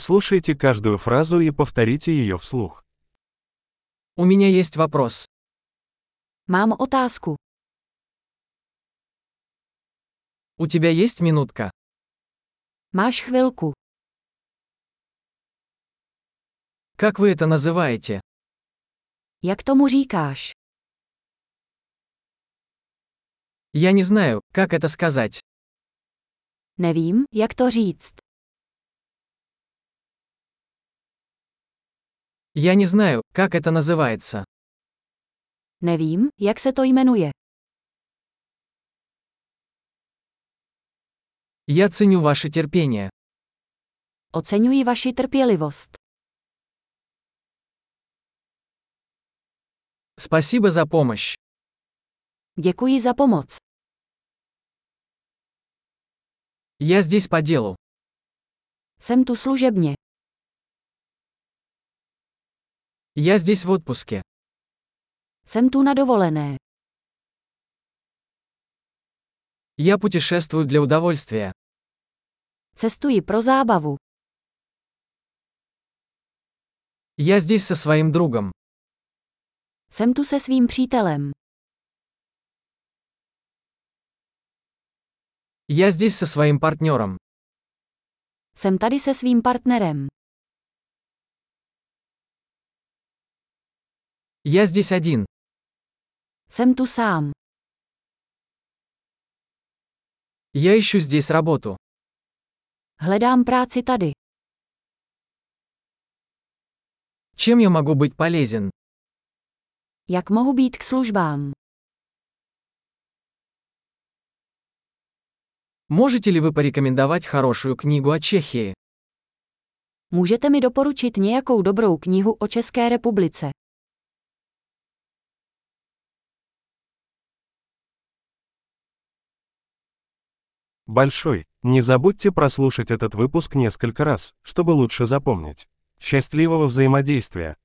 Прослушайте каждую фразу и повторите ее вслух. У меня есть вопрос. Mám otázku. У тебя есть минутка? Máš chvilku. Как вы это называете? Jak tomu říkáš? Я не знаю, как это сказать. Nevím, jak to říct. Я не знаю, как это называется. Nevím, jak se to jmenuje. Я ценю ваше терпение. Oceňuji vaši trpělivost. Спасибо за помощь. Děkuji za pomoc. Я здесь по делу. Jsem tu služebně. Я здесь в отпуске. Jsem tu na dovolené. Я путешествую для удовольствия. Cestuji pro zábavu. Я здесь со своим другом. Jsem tu se svým přítelem. Я здесь со своим партнером. Jsem tady se svým partnerem. Я здесь один. Jsem tu sám. Я ищу здесь работу. Hledám práci tady. Чем я могу быть полезен? Jak mohu být k službám? Можете ли вы порекомендовать хорошую книгу о Чехии? Můžete mi doporučit nějakou dobrou knihu o České republice? Большой. Не забудьте прослушать этот выпуск несколько раз, чтобы лучше запомнить. Счастливого взаимодействия!